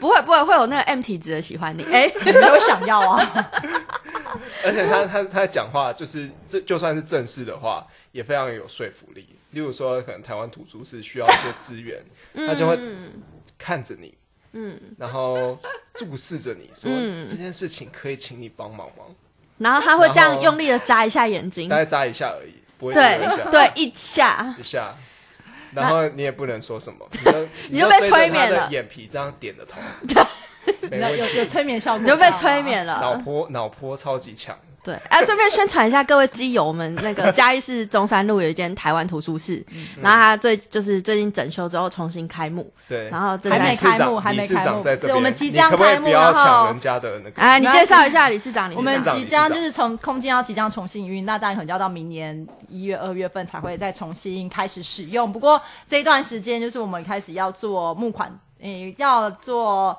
S1: 不会不会会有那个 M 体质的喜欢 你，哎，
S3: 没有想要啊。
S2: 而且他他他讲话就是这就算是正式的话，也非常有说服力。例如说，可能台湾土著是需要一些资源，
S1: 嗯
S2: 他就会看着你，嗯，然后注视着你说、
S1: 嗯
S2: 这件事情可以请你帮忙吗？
S1: 然后他会这
S2: 然
S1: 样
S2: 后
S1: 用力的眨一下眼睛
S2: 大，概扎一下而已，不会
S1: 对
S2: 捏一下
S1: 对，一下，
S2: 一下，然后你也不能说 什么，你就
S1: 你就被
S2: 随着
S1: 催眠
S2: 他的
S1: 了
S2: 眼皮这样点 着头，没
S3: 有
S2: 问
S3: 有有
S2: 题，
S3: 催眠效果，
S1: 你就被催。眠
S2: 脑
S1: 了。
S2: 波脑波超级强，
S1: 对，哎、顺便宣传一下各位基友们，那个嘉义市中山路有一间台湾图书室，然后它最就是最近整修之后重新开幕，
S2: 对，
S1: 然后正
S3: 还没
S1: 在
S2: 理事长
S3: 开幕还没
S2: 理事
S3: 开
S2: 长
S3: 幕
S2: 在这边，
S3: 我们即
S2: 你
S3: 将
S2: 可不可以
S3: 开幕啊
S2: 不要
S3: 然后
S2: 抢人家的那个？
S1: 哎，你介绍一下理事长，理
S3: 我
S1: 事
S3: 们
S2: 理事长
S1: 长，
S3: 即将就是从空间要即将重新营运，那当然可能就要到明年一月、二月份才会再重新开始使用。不过这一段时间就是我们开始要做募款，诶、要做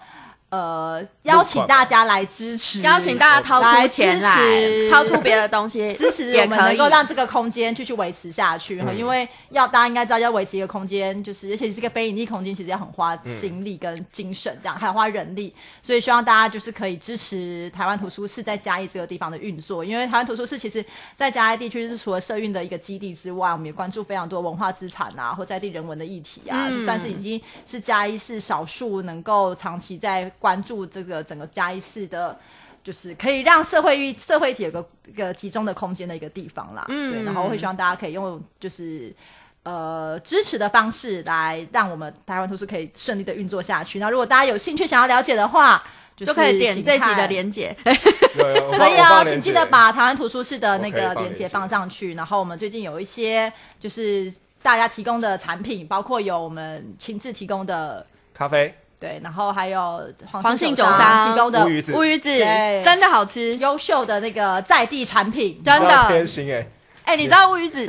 S3: 呃邀请大家来支持，
S1: 邀请大家掏出钱来
S3: 来支持，
S1: 掏出别的东西，
S3: 支持
S1: 也
S3: 我们
S1: 可
S3: 能
S1: 以嗯
S3: 够。让这个空间继续维持下去哈，因为要大家应该知道，要维持一个空间，就是而且这个非盈利空间其实要很花心力跟精神，这样、还有花人力，所以希望大家就是可以支持台湾图书室在嘉义这个地方的运作，因为台湾图书室其实在嘉义地区是除了社运的一个基地之外，我们也关注非常多文化资产啊或在地人文的议题啊，
S1: 嗯
S3: 就算是已经是嘉义市少数能够长期在关注这个整个嘉义市的。就是可以让社会议社会体有个一个集中的空间的一个地方啦。嗯，对，然后会希望大家可以用就是呃支持的方式来让我们台湾图书可以顺利的运作下去。那如果大家有兴趣想要了解的话，就
S1: 就是可以点这集的
S3: 连。
S1: 连结，
S2: 对，我
S3: 可
S2: 帮
S3: 以
S2: 我
S3: 啊，
S2: 帮
S3: 请
S2: 连
S3: 记
S2: 结
S3: 得把台湾图书室的那
S2: 我可
S3: 个
S2: 以放
S3: 链接
S2: 链接
S3: 放上去。然后我们最近有一些就是大家提供的产品，包括有我们亲自提供的
S2: 咖啡、
S3: 对，然后还有黄
S1: 黄
S3: 姓
S1: 姓
S3: 酒
S1: 酒
S3: 商
S1: 商
S3: 提供的
S2: 乌鱼子，
S1: 乌鱼子
S3: 对
S1: 真的好吃，
S3: 优秀的那个在地产品，
S1: 真
S2: 这样
S1: 的
S2: 偏。心哎，
S1: 哎，你知道乌鱼子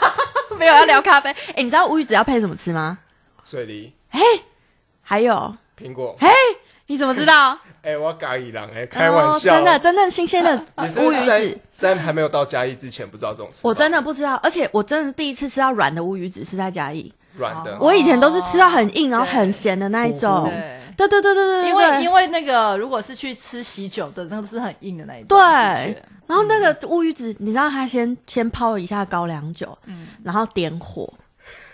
S1: 没有要聊咖啡？哎，你知道乌鱼子要配什么吃吗？
S2: 水梨、
S1: 还有，
S2: 苹 果，
S1: 嘿，你怎么知道？
S2: 哎，我咖喱狼哎，开玩笑，
S1: 哦真的，真正新鲜的
S2: 你是
S1: 乌鱼
S2: 在
S1: 子，
S2: 在还没有到嘉义之前不知道这种吃法，
S1: 我真的不知道，而且我真的第一次吃到软的乌鱼子是在嘉义，
S2: 软的
S3: 哦，
S1: 我以前都是吃到很硬然后很咸的那一种
S2: 糊糊，
S3: 对，
S1: 对对对对对，对
S3: 因为
S1: 对
S3: 因为那个如果是去吃喜酒的，那个是很硬的那一种。
S1: 对
S3: 的确，
S1: 然后那个乌鱼子，你知道他先先泡一下高粱酒，
S3: 嗯
S1: 然后点火，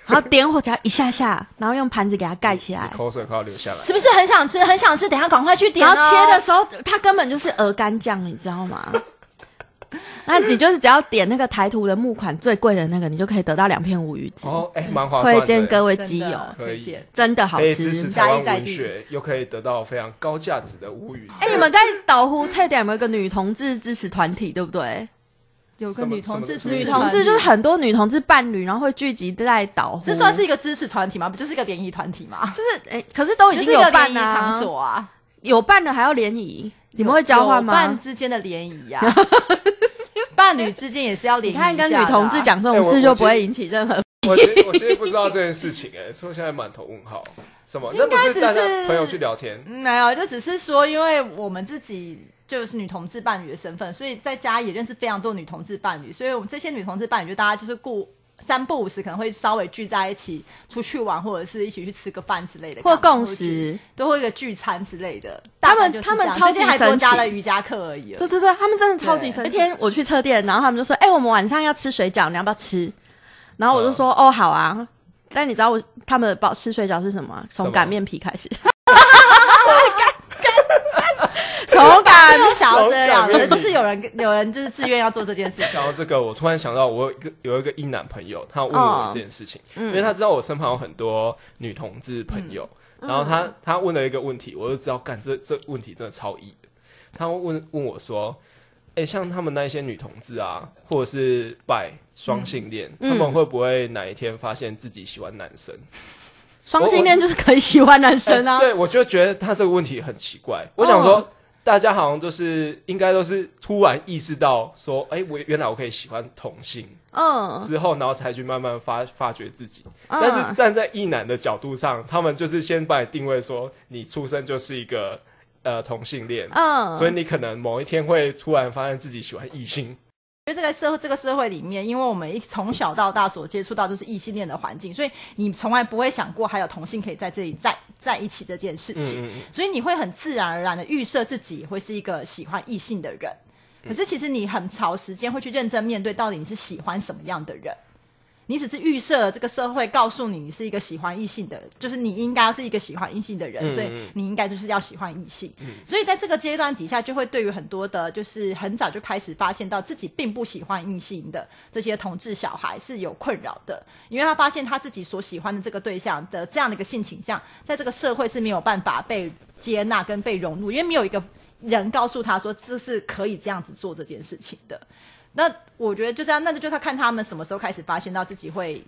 S1: 然后点火只要一下下，然后用盘子给它盖 起来
S2: 你，口水快要流下来。
S3: 是不是很想吃？很想吃，等一下赶快去点、
S1: 然
S3: 哦。
S1: 后切的时候，它根本就是鹅肝酱，你知道吗？ 那你就是只要点那个台图的木款最贵的那个，你就可以得到两片乌鱼子。
S2: 哦，哎，蛮划算的。
S1: 推荐各位
S3: 真的
S1: 基友，
S2: 可
S3: 推
S2: 以
S3: 荐。
S1: 真的好
S2: 可以支持
S1: 吃。
S2: 台湾
S3: 嘉义在
S2: 文
S3: 地
S2: 学，又可以得到非常高价值的无语。
S1: 哎、你们在岛湖菜点有没有一个女同志支持团体，对不对？
S3: 有
S2: 什
S3: 个
S2: 么
S3: 女同志
S2: 什
S3: 支
S2: 么
S3: 持
S1: 女
S3: 团
S1: 同志
S3: 体
S1: 就是很多女同志伴侣，然后会聚集在岛湖。
S3: 这算是一个支持团体吗？不就是一个联谊团体吗？
S1: 就是哎、可是都已
S3: 就
S1: 经
S3: 是
S1: 有
S3: 一个联
S1: 伴
S3: 谊
S1: 啦、
S3: 场所啊，
S1: 有伴的还要联谊，你们
S3: 有
S1: 会交换
S3: 有伴
S1: 吗？
S3: 之间的联谊 呀，伴侣之间也是要联
S1: 你
S3: 谊一下的啊。
S1: 看，跟女同志讲这
S2: 哎
S1: 种
S2: 我
S1: 事
S2: 我
S1: 就
S2: 其
S1: 不会
S2: 实
S1: 引起任何。
S2: 我其实我其实不知道这件事情，哎，所以我现在满头问号。什么？那不
S3: 应该只
S2: 是大家
S3: 是
S2: 朋友去聊天？
S3: 嗯没有，就只是说，因为我们自己就是女同志伴侣的身份，所以在家也认识非常多女同志伴侣，所以我们这些女同志伴侣就大家就是顾。三不五时可能会稍微聚在一起，出去玩或者是一起去吃个饭之类的，
S1: 或
S3: 干
S1: 共，
S3: 嘛
S1: 识，
S3: 都会有一个聚餐之类的。
S1: 他们
S3: 大概就是
S1: 他们
S3: 这样
S1: 超
S3: 最近
S1: 级
S3: 还多
S1: 神
S3: 加
S1: 奇
S3: 了瑜伽课而已。
S1: 对对对，他们真的超级神。
S3: 对
S1: 那天我去车店，然后他们就说：“哎、我们晚上要吃水饺，你要不要吃？”然后我就说：“
S2: 嗯
S1: 哦，好啊。”但你知道我他们的包吃水饺是什么吗？
S2: 什
S1: 从
S2: 么
S1: 擀面皮开 始。从擀面
S3: 不想要这样，
S2: 好感人
S3: 就是有人有人就是自愿要做这件事情。
S2: 讲到这个，我突然想到，我有一个有一个一男朋友，他问我这件事情，
S1: 嗯
S2: 因为他知道我身旁有很多女同志朋友，
S1: 嗯
S2: 然后他他问了一个问题，我就知道，干这这问题真的超异的。他问问我说：“哎、像他们那一些女同志啊，或者是拜双性恋，
S1: 嗯
S2: 他们会不会哪一天发现自己喜欢男生？”
S1: 双性恋就是可以喜欢男生啊。
S2: 对，我就觉得他这个问题很奇怪。我想说，
S1: 哦
S2: 大家好像都是应该都是突然意识到说，哎、我原来我可以喜欢同性。
S1: 嗯，
S2: 之后，然后才去慢慢发发掘自己。
S1: 嗯
S2: 但是站在异男的角度上，他们就是先把你定位说你出生就是一个呃同性恋，
S1: 嗯，
S2: 所以你可能某一天会突然发现自己喜欢异性。
S3: 因为这个社会这个社会里面，因为我们一从小到大所接触到就是异性恋的环境，所以你从来不会想过还有同性可以在这里在在一起这件事情，
S2: 嗯嗯
S3: 所以你会很自然而然的预设自己会是一个喜欢异性的人。可
S2: 嗯
S3: 是其实你很长时间会去认真面对，到底你是喜欢什么样的人。你只是预设这个社会告诉你，你是一个喜欢异性的，就是你应该是一个喜欢异性的人，
S2: 嗯
S3: 所以你应该就是要喜欢异性。所以在这个阶段底下，就会对于很多的，就是很早就开始发现到自己并不喜欢异性的这些同志小孩是有困扰的，因为他发现他自己所喜欢的这个对象的这样的一个性倾向，在这个社会是没有办法被接纳跟被融入，因为没有一个人告诉他说这是可以这样子做这件事情的。那我觉得就这样，那就就是要看他们什么时候开始发现到自己会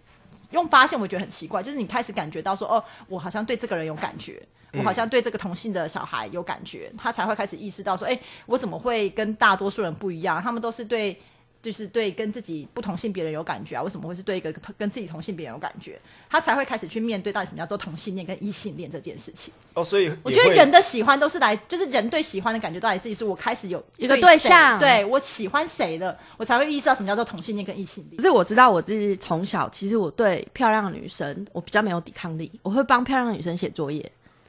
S3: 用发现，我觉得很奇怪，就是你开始感觉到说，哦，我好像对这个人有感觉，我好像对这个同性的小孩有感觉，他才会开始意识到说，哎，我怎么会跟大多数人不一样？他们都是对。就是对跟自己不同性别人有感觉啊，为什么会是对一个跟自己同性别人有感觉？他才会开始去面对到底什么叫做同性恋跟异性恋这件事情。
S2: 哦，所以
S3: 我
S2: 也
S3: 觉得
S2: 会
S3: 人的喜欢都是来，就是人对喜欢的感觉到来自于是我开始有
S1: 一个
S3: 对
S1: 对
S3: 谁
S1: 象
S3: 对我喜欢谁了，我才会意识到什么叫做同性恋跟异性恋
S1: 可。是我知道我自己从小，其实我对漂亮的女生我比较没有抵抗力，我会帮漂亮的女生写作业。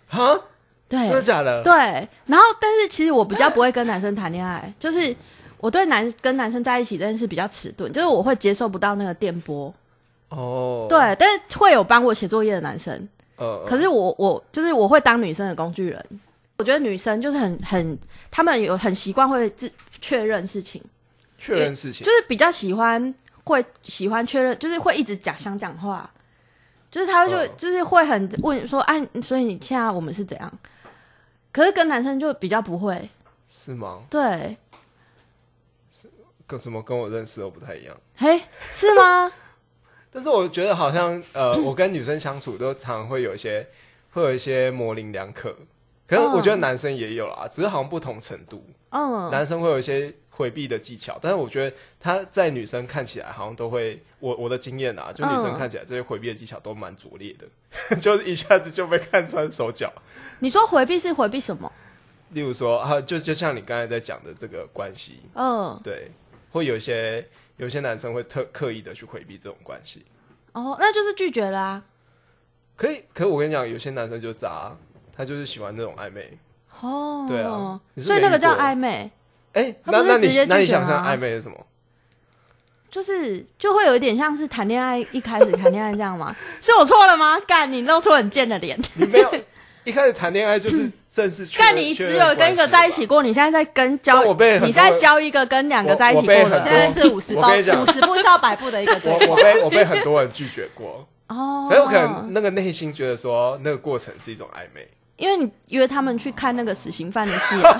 S2: 哈，
S1: 对，
S2: 真的假的？
S1: 对，然后但是其实我比较不会跟男生谈恋爱， 就是我对男跟男生在一起这件事比较迟钝，就是我会接受不到那个电波。
S2: 哦，
S1: 对，但是会有帮我写作业的男生，
S2: 呃，
S1: 可是我我就是我会当女生的工具人。我觉得女生就是很很，他们有很习惯会自确认事情，
S2: 确认事情
S1: 就，是比较喜欢会喜欢确认，就是会一直假想讲话，就是他就、
S2: 嗯
S1: 就是会很问说，哎、所以你现在我们是怎样？可是跟男生就比较不会，
S2: 是吗？
S1: 对，
S2: 跟什么跟我认识都不太一样。
S1: 嘿，哎是 吗？
S2: 但是我觉得好像 呃，我跟女生相处都常常会有一些会有一些模棱两可，可是我觉得男生也有啦，只是好像不同程度。
S1: 嗯，
S2: 男生会有一些回避的技巧，但是我觉得他在女生看起来好像都会，我我的经验啊，就女生
S1: 嗯
S2: 看起来这些回避的技巧都蛮拙劣的， 就是一下子就被看穿手脚。
S1: 你说回避是回避什么？
S2: 例如说啊，就就像你刚才在讲的这个关系，
S1: 嗯，
S2: 对，会有一些有一些男生会特刻意的去回避这种关系。
S1: 哦，那就是拒绝了啊。
S2: 可以，可是我跟你讲，有些男生就渣，他就是喜欢那种暧昧。
S1: 哦，
S2: 对啊你是
S1: 所以那个叫
S2: 没遇过
S1: 暧昧，
S2: 哎、
S1: 他
S2: 那
S1: 不是
S2: 那你
S1: 直接
S2: 那你
S1: 拒绝
S2: 想象
S1: 吗
S2: 暧昧是什么？
S1: 就是就会有一点像是谈恋爱一开始谈恋爱这样吗？ 是我错了吗？干，你露出很贱的脸。
S2: 你没有 一开始谈恋爱就是正式确认，
S1: 干，你
S2: 确
S1: 只
S2: 认
S1: 有跟一
S2: 关
S1: 个
S2: 系
S1: 在
S2: 了
S1: 一
S2: 吧
S1: 起过，你现在在跟交，
S2: 但我被很多
S1: 你现在交一个跟两个在一起过
S2: 我我被
S3: 现
S2: 很
S1: 的
S2: 多
S3: 在是五十
S2: 我
S3: 包
S2: 跟你讲
S3: 五十步笑百步的一个对
S2: 我我被我被很多人拒绝 过，
S1: 哦，
S2: 所以我可能那个内心觉得说那个过程是一种暧昧。
S1: 因为你约他们去看那个死刑犯的戏、啊。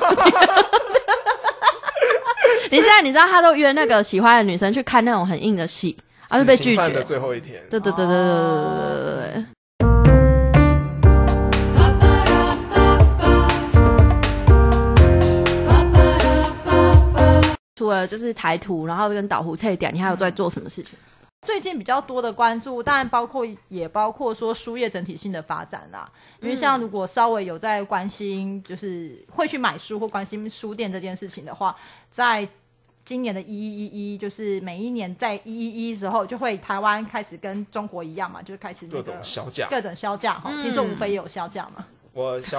S1: 你现在你知道他都约那个喜欢的女生去看那种很硬的戏，而、啊、就被
S2: 死
S1: 拒
S2: 刑犯
S1: 绝
S2: 的。最后一天，
S1: 对对对对对对对对对。除了就是台图，然后跟导湖菜点，你还有在做什么事情？
S3: 最近比较多的关注，当然包括也包括说书业整体性的发展啦。因为像如果稍微有在关心，就是会去买书或关心书店这件事情的话，在今年的一一一一，就是每一年在一一一时候，就会台湾开始跟中国一样嘛，就是开始那
S2: 各
S3: 个
S2: 种销价，
S3: 各种销价哈。
S1: 嗯
S3: 听说无非也有销价嘛，
S2: 我销，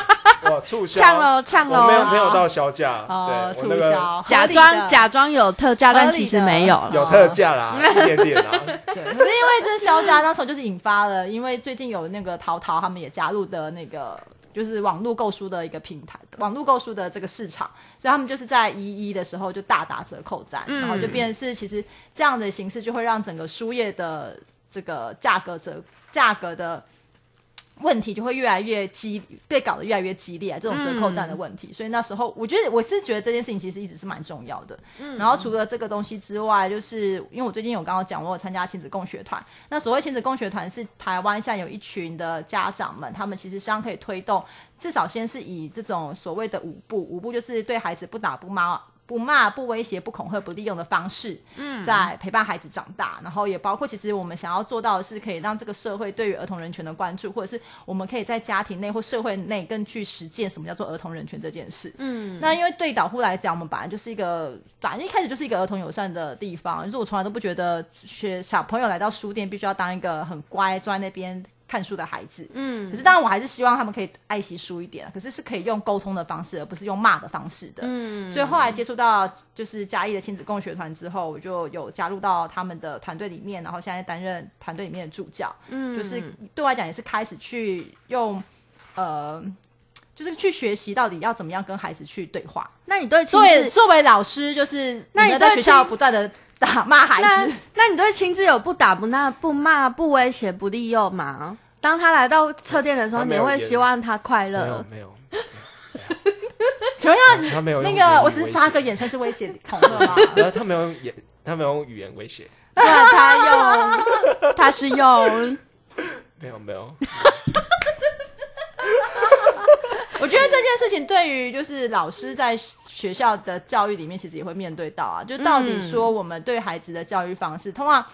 S2: 我促销，
S1: 呛喽呛
S2: 我没有
S1: 喽！
S2: 没有到销价，
S3: 哦，
S2: 对，
S3: 促
S2: 我那个
S3: 销，
S1: 假
S3: 合理
S1: 装
S3: 的
S1: 假装有特价，但
S3: 合理
S1: 其实
S3: 的
S1: 没有了。
S2: 有特价啦，
S3: 哦
S2: 一点点 啦，
S3: 对，可是因为这肖家啊那时候就是引发了，因为最近有那个淘淘他们也加入的那个。就是网络购书的一个平台，网络购书的这个市场，所以他们就是在一一的时候就大打折扣战，然后就变成是其实这样的形式就会让整个书业的这个价格折价格的问题就会越来越激被搞得越来越激烈、啊，这种折扣战的问题。所以那时候我觉得我是觉得这件事情其实一直是蛮重要的。然后除了这个东西之外，就是因为我最近有刚刚讲，我有参加亲子共学团。那所谓亲子共学团是台湾现在有一群的家长们，他们其实希望可以推动，至少先是以这种所谓的五步，五步就是对孩子不打不骂。不骂、不威胁、不恐吓、不利用的方式，在陪伴孩子长大，然后也包括其实我们想要做到的是，可以让这个社会对于儿童人权的关注，或者是我们可以在家庭内或社会内更去实践什么叫做儿童人权这件事。嗯，那因为对导护来讲，我们本来就是一个，反正一开始就是一个儿童友善的地方，就是我从来都不觉得学小朋友来到书店必须要当一个很乖坐在那边。看书的孩子，嗯，可是当然我还是希望他们可以爱惜书一点，可是是可以用沟通的方式，而不是用骂的方式的，嗯，所以后来接触到就是嘉义的亲子共学团之后，我就有加入到他们的团队里面，然后现在担任团队里面的助教，嗯，就是对我来讲也是开始去用，呃，就是去学习到底要怎么样跟孩子去对话。
S1: 那你对亲
S3: 作为
S1: 子，
S3: 作为老师，就是
S1: 那
S3: 们
S1: 你
S3: 在
S1: 对
S3: 学校
S1: 亲
S3: 不断的打骂孩
S1: 那
S3: 子，
S1: 那你对亲子有不打不骂、不骂、不威胁、不利诱吗？当他来到侧店的时候，
S2: 他
S1: 你
S2: 没有
S1: 会
S2: 言
S1: 希望他快
S2: 没有
S1: 乐？
S2: 没有，
S3: 请问一下，
S2: 他没有
S3: 那
S2: 用言
S3: 个
S2: 语
S3: 我只是
S2: 威
S3: 眨
S2: 胁
S3: 个，眼，算是威胁 恐吓吗？
S2: 然后他没有用言，他没有用语言威胁，
S1: 对，啊他 用，他是用。
S2: 没有没有，
S3: 我觉得这件事情对于就是老师在学校的教育里面，其实也会面对到啊，就到底说我们对孩子的教育方式，通常。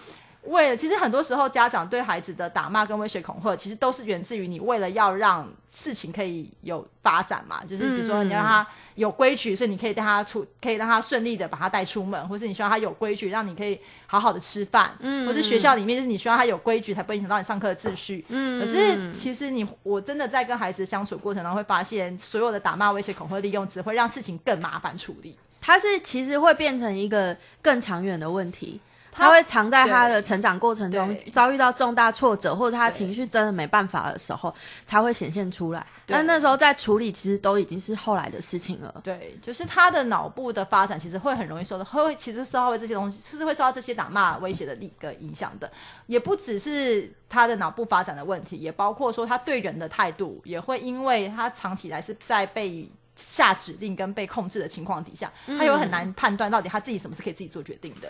S3: 为了，其实很多时候家长对孩子的打骂跟威胁恐吓，其实都是源自于你为了要让事情可以有发展嘛，就是比如说你让他有规矩，所以你可以带他出，可以让他顺利的把他带出门，或是你希望他有规矩，让你可以好好的吃饭，嗯，或是学校里面就是你希望他有规矩，才不会影响到你上课的秩序，可是其实你，我真的在跟孩子相处过程当中会发现，所有的打骂、威胁、恐吓、利用，只会让事情更麻烦处理。
S1: 它是其实会变成一个更长远的问题，
S3: 它
S1: 他会藏在他的成长过程中
S3: 对
S1: 遭遇到重大挫折，或者他
S3: 对
S1: 情绪真的没办法的时候才会显现出来。
S3: 对
S1: 但那时候在处理，其实都已经是后来的事情了。
S3: 对，就是他的脑部的发展其实会很容易受到，会其实受到这些东西，就是会受到这些打骂、威胁的一个影响的。也不只是他的脑部发展的问题，也包括说他对人的态度，也会因为他长期以来是在被。下指令跟被控制的情况底下，他也会很难判断到底他自己什么是可以自己做决定的。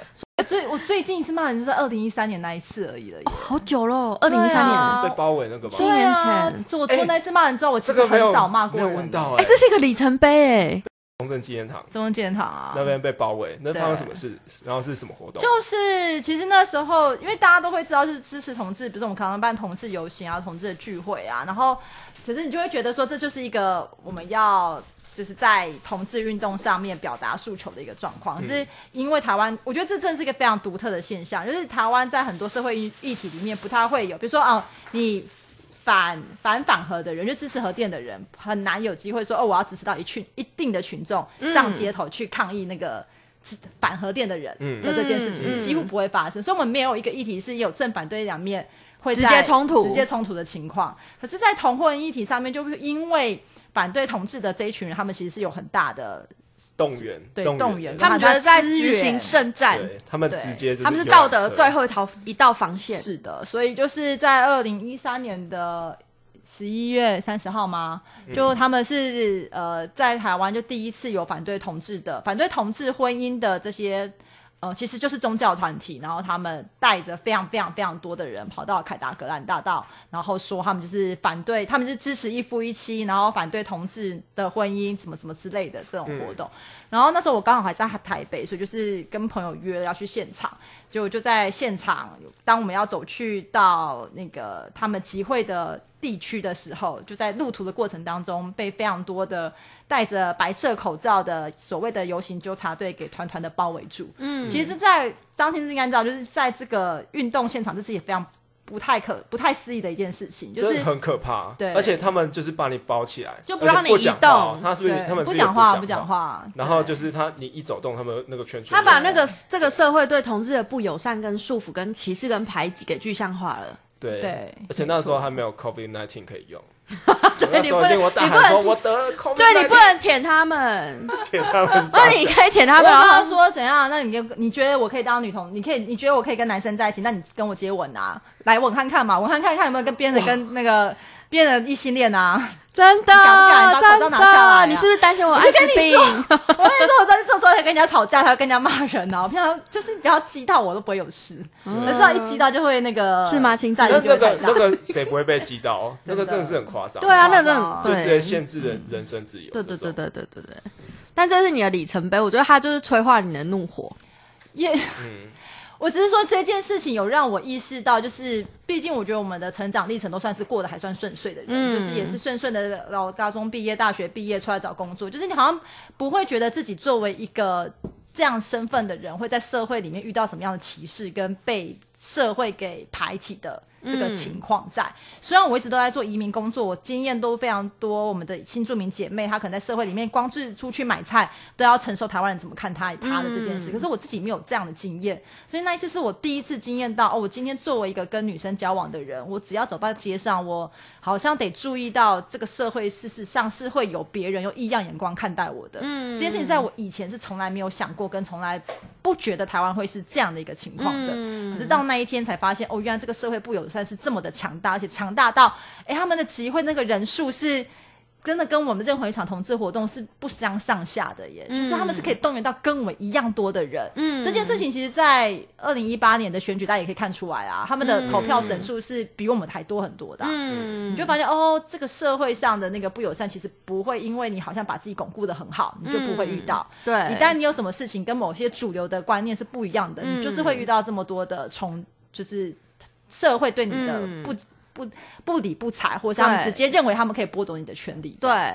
S3: 最我最近一次骂人就是二零一三年那一次而已了耶。
S1: 哦好久喽，二零一三年
S3: 对
S1: 了。
S3: 啊
S2: 被包围那个吧
S1: 是，七年前
S3: 对啊自我做那次骂人之后，我其
S2: 哎这
S3: 实
S2: 个没有
S3: 很少骂过
S2: 没有
S3: 人。
S2: 问到
S1: 哎、
S2: 哎，
S1: 这是一个里程碑
S2: 中正纪念堂
S3: 中央建堂啊
S2: 那，边被包围，那
S3: 对
S2: 发生什么事？然后是什么活动？
S3: 就是其实那时候，因为大家都会知道，就是支持同志，比如说我们常常办同志游行啊、同志的聚会啊，然后可是你就会觉得说，这就是一个我们要。就是在同志运动上面表达诉求的一个状
S2: 嗯
S3: 况，是因为台湾，我觉得这真的是一个非常独哦特的现象，就是台湾在很多社会议议题里面不太会有，比如说啊，你反反反核的人，就支持核电的人，很难有机会说哦，我要支持到一群一定的群众上街头去抗议那个支反核电的人
S2: 嗯
S3: 的这件事情，
S1: 嗯嗯
S3: 几乎不会发生。所以我们没有一个议题是有正反对两面会
S1: 直
S3: 在
S1: 接冲突
S3: 直接冲突的情况。可是，在同婚议题上面，就是因为反对同志的这一群人，他们其实是有很大的
S2: 动员，
S3: 对动员
S1: 他们觉得在执行圣战，
S2: 对他们
S3: 对
S2: 直接就啊
S1: 他们是
S2: 游览
S1: 道德
S2: 车
S1: 最后一条一道防线。
S3: 是的，所以就是在二零一三年的十一月三十号吗？就他们是呃，在台湾就第一次有反对同志的、反对同志婚姻的这些。呃，其实就是宗教团体，然后他们带着非常非常非常多的人跑到凯达格兰大道，然后说他们就是反对，他们是支持一夫一妻，然后反对同志的婚姻，什么什么之类的这种活动。然后那时候我刚好还在台北，所以就是跟朋友约了要去现场，就就在现场，当我们要走去到那个他们集会的地区的时候，就在路途的过程当中，被非常多的戴着白色口罩的所谓的游行纠察队给团团的包围住。嗯，其实，在张先生应该知道，就是在这个运动现场，这是也非常不太可不太思议的一件事情，就
S2: 真
S3: 是
S2: 的很可怕。
S3: 对
S2: 而且他们就是把你包起来，
S1: 就不
S2: 而且
S1: 让你
S2: 不
S1: 移
S2: 讲
S1: 动
S2: 话他是不是
S3: 对
S2: 他们是
S3: 不
S2: 也
S3: 讲话
S2: 不
S3: 讲
S2: 话？
S3: 话，
S2: 然后
S3: 对
S2: 就是他，你一走动，他们那个圈圈，
S1: 他把那个这个社会对同志的不友善、跟束缚、跟歧视、跟排挤给具象化了。
S2: 对
S3: 对
S2: 而且那时候还没有 COVID nineteen 可以 用，我
S1: 对
S2: 那
S1: 你
S2: 时
S1: 不
S2: 候已经
S1: 能，
S2: 我大
S1: 你不
S2: 喊说
S1: 能，
S2: 我得了 COVID，
S1: 对你不能舔他 们，
S2: 舔 他们傻
S1: 所
S2: 笑，
S1: 以你可以舔他
S3: 我
S1: 们。
S3: 有
S1: 啊然
S3: 跟
S1: 后
S3: 他说怎样？那你跟你觉得我可以当女同？你可以你觉得我可以跟男生在一起？那你跟我接吻啊，来吻看看嘛，吻看看看有没有跟别人跟那个别人异性恋啊？
S1: 真的，
S3: 你敢不敢把口罩拿下来啊
S1: 真的你是不是担心我艾滋病？
S3: 我跟你说，我在这时候才跟人家吵架，才会跟人家骂人啊！我平常就是只要激到我都不会有事，可是要一激到就会那个
S1: 嗯是吗亲自
S3: 战
S2: 那
S3: 力就
S2: 那
S3: 会太
S2: 个
S3: 大
S2: 那。个谁不会被击 倒？那个
S3: 真的
S2: 真的是很夸张，
S1: 对啊，那
S3: 那
S1: 真
S3: 真
S1: 的
S3: 的
S2: 就直接
S1: 对
S2: 限制人人身自由。
S1: 对对对，对对对对。但这是你的里程碑，我觉得它就是催化你的怒火。
S3: 也
S2: 嗯，
S3: 我只是说这件事情有让我意识到，就是毕竟我觉得我们的成长历程都算是过得还算顺遂的人，
S1: 嗯
S3: 就是也是顺顺的，然后高中毕业、大学毕业出来找工作，就是你好像不会觉得自己作为一个这样身份的人会在社会里面遇到什么样的歧视跟被社会给排挤的。这个情况在，虽然我一直都在做移民工作，我经验都非常多。我们的新住民姐妹，她可能在社会里面光是出去买菜，都要承受台湾人怎么看她她的这件事。可是我自己没有这样的经验，所以那一次是我第一次经验到，哦，我今天作为一个跟女生交往的人，我只要走到街上，我好像得注意到这个社会事实上是会有别人用异样眼光看待我的。嗯，这件事情在我以前是从来没有想过，跟从来不觉得台湾会是这样的一个情况的。
S1: 嗯
S3: 可是到那一天才发现，哦，原来这个社会不友善是这么的强大，而且强大到，哎，他们的集会那个人数是。真的跟我们任何一场同志活动是不相上下的耶，就是他们是可以动员到跟我们一样多的人。嗯，这件事情其实，在二零一八年的选举，大家也可以看出来啊，他们的投票人数是比我们还多很多的啊、
S1: 嗯
S3: 你就发现哦，这个社会上的那个不友善，其实不会因为你好像把自己巩固的很好，你就不会遇到。
S1: 嗯对，
S3: 一旦你有什么事情跟某些主流的观念是不一样的，
S1: 嗯
S3: 你就是会遇到这么多的冲，就是社会对你的
S1: 嗯
S3: 不、不不理不睬，或是他们
S1: 对
S3: 直接认为他们可以剥夺你的权利。
S1: 对，啊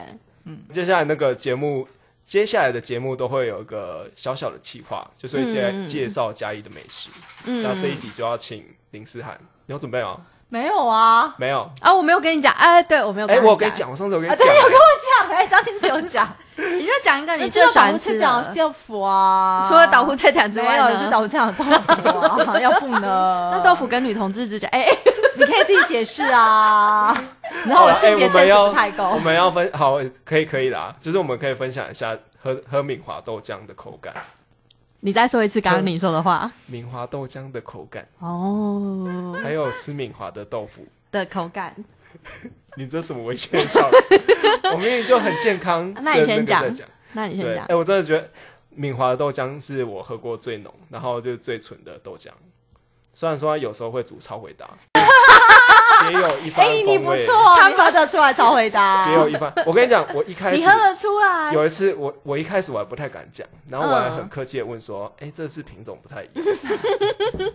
S2: 接下来那个节目，接下来的节目都会有一个小小的企划，就是会介介绍嘉义的美食。
S3: 嗯
S2: 那这一集就要请林思涵，你有准备吗？
S3: 没有啊，
S2: 没有。
S1: 啊，我没有跟你讲，哎，对我没有
S2: 哎，
S1: 跟
S2: 我跟
S1: 你
S2: 你，讲，我上次我跟
S3: 啊，
S2: 你
S3: 对，
S2: 讲
S3: 你有，跟我讲，哎，张清志有 讲，
S1: 你就讲一个你
S3: 就
S1: 最
S3: 是
S1: 喜欢吃
S3: 吃饺
S1: 的，
S3: 豆腐啊，
S1: 除了导湖菜胆之
S3: 没
S1: 外
S3: 有，就是
S1: 呢？
S3: 豆腐酱的豆 腐啊， 要不呢？
S1: 那豆腐跟女同志之间，哎，哎
S3: 你可以自己解释 啊。然
S2: 好
S3: 后我
S2: 啦哎
S3: 性别
S2: 我们
S3: sense
S2: 要
S3: 不太
S2: 我
S3: 够，
S2: 们要分好，可以可以啦，就是我们可以分享一下喝喝敏华豆浆的口感，
S1: 你再说一次刚刚你说的话
S2: 敏华豆浆的口感，
S1: 哦
S2: 还有吃敏华的豆腐。
S1: 的口感。
S2: 你这什么 危险的笑容？我明明就很健康。
S1: 那你先
S2: 对那
S1: 讲
S2: 个在讲。
S1: 那你先
S2: 对，
S1: 讲
S2: 哎、，我真的觉得敏华的豆浆是我喝过最浓，然后就是最纯的豆浆。虽然说它有时候会煮超回答， 也有一番风
S3: 哎、
S2: 味。
S3: 你不错，啊他喝得出来超回答
S2: 也。有一番。我跟你讲，我一开
S1: 你
S2: 始
S1: 喝得出来？
S2: 有一次我，我一开始我还不太敢讲，然后我还
S1: 嗯
S2: 很客气的问说：“哎、这是品种不太一样。”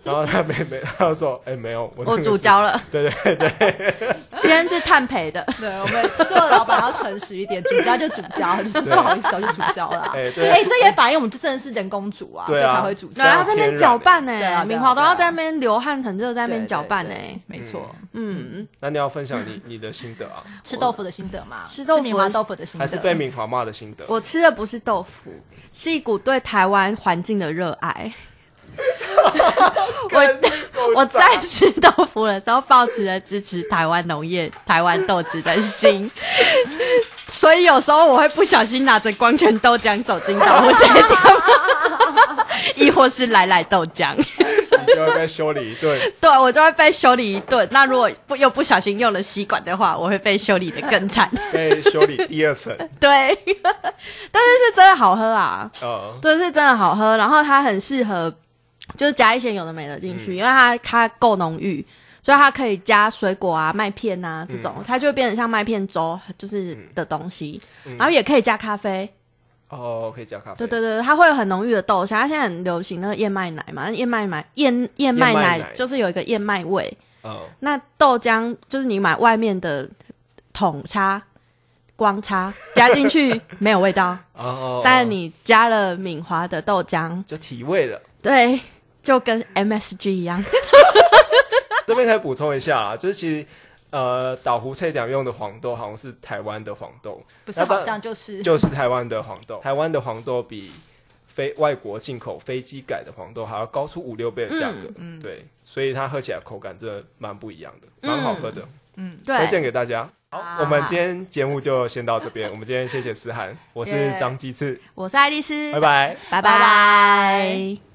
S2: 然后他没没，他就说：“哎、没有，我
S1: 我
S2: 那个
S1: 煮
S2: 是
S1: 焦了，
S2: 对对
S1: 今天是碳培的。
S3: 对，我们做老板要诚实一点，主教就主教，就是不
S2: 对
S3: 好意思，我就主教了啊。
S2: 哎、对
S3: 哎、这也反映我们就真的是人工主啊，所
S2: 对
S3: 以
S2: 啊
S3: 才会主
S1: 对啊，他
S2: 像
S3: 教。
S1: 在那
S2: 天
S1: 边
S2: 然
S1: 搅拌呢、
S3: 对啊对啊
S1: 明华都要
S3: 对啊
S1: 在那边流汗很热，在那边搅拌呢、欸
S3: 对对对没错。
S1: 嗯，
S2: 那你要分享你你的心得啊，
S3: 吃豆腐的心得嘛，
S1: 吃豆腐
S3: 棉花豆腐的心得，
S2: 还是被敏华骂的心得？
S1: 我吃的不是豆腐，是一股对台湾环境的热爱。
S2: 我
S1: 我在吃豆腐的时候，抱持了支持台湾农业、台湾豆子的心，所以有时候我会不小心拿着光圈豆浆走进导护这一条，亦或是奶奶豆浆，
S2: 你就会被修理一顿。
S1: 对我就会被修理一顿。那如果不又不小心用了吸管的话，我会被修理的更惨。
S2: 被修理第二层，
S1: 对， 但是是真的好喝啊！
S2: 呃，
S1: 对，是真的好喝，然后它很适合，就是加一些有的没的进去，因为它它够浓郁，所以它可以加水果啊、麦片啊这种，它就会变成像麦片粥就是的东西，然后也可以加咖啡，
S2: 哦，可以加咖啡，
S1: 对对对，它会有很浓郁的豆香，它现在很流行那个燕麦奶嘛，燕麦奶燕燕麦
S2: 麦
S1: 奶
S2: 奶
S1: 就是有一个燕麦味，
S2: 哦，
S1: 那豆浆就是你买外面的桶插。光插加进去 没有味道，
S2: 哦哦，
S1: 但你加了敏华的豆浆，
S2: 就提味了。
S1: 对，就跟 MSG 一样。
S2: 这边可以补充一下啊，就是其实呃，岛湖菜讲用的黄豆好像是台湾的黄 豆，
S3: 不是好像就是
S2: 就是台湾的黄豆，台湾的黄豆比非外国进口飞机改的黄豆还要高出五六倍的价格，
S1: 嗯
S2: 对，所以它喝起来口感真的蛮不一样的，蛮好喝的，推
S1: 对，
S2: 荐给大家。好，我们今天节目就先到这边，我们今天谢谢思涵，我是
S3: 耶
S2: 张鸡翅，
S1: 我是爱丽丝，
S2: 拜，拜。
S1: 拜
S3: 拜
S1: 拜。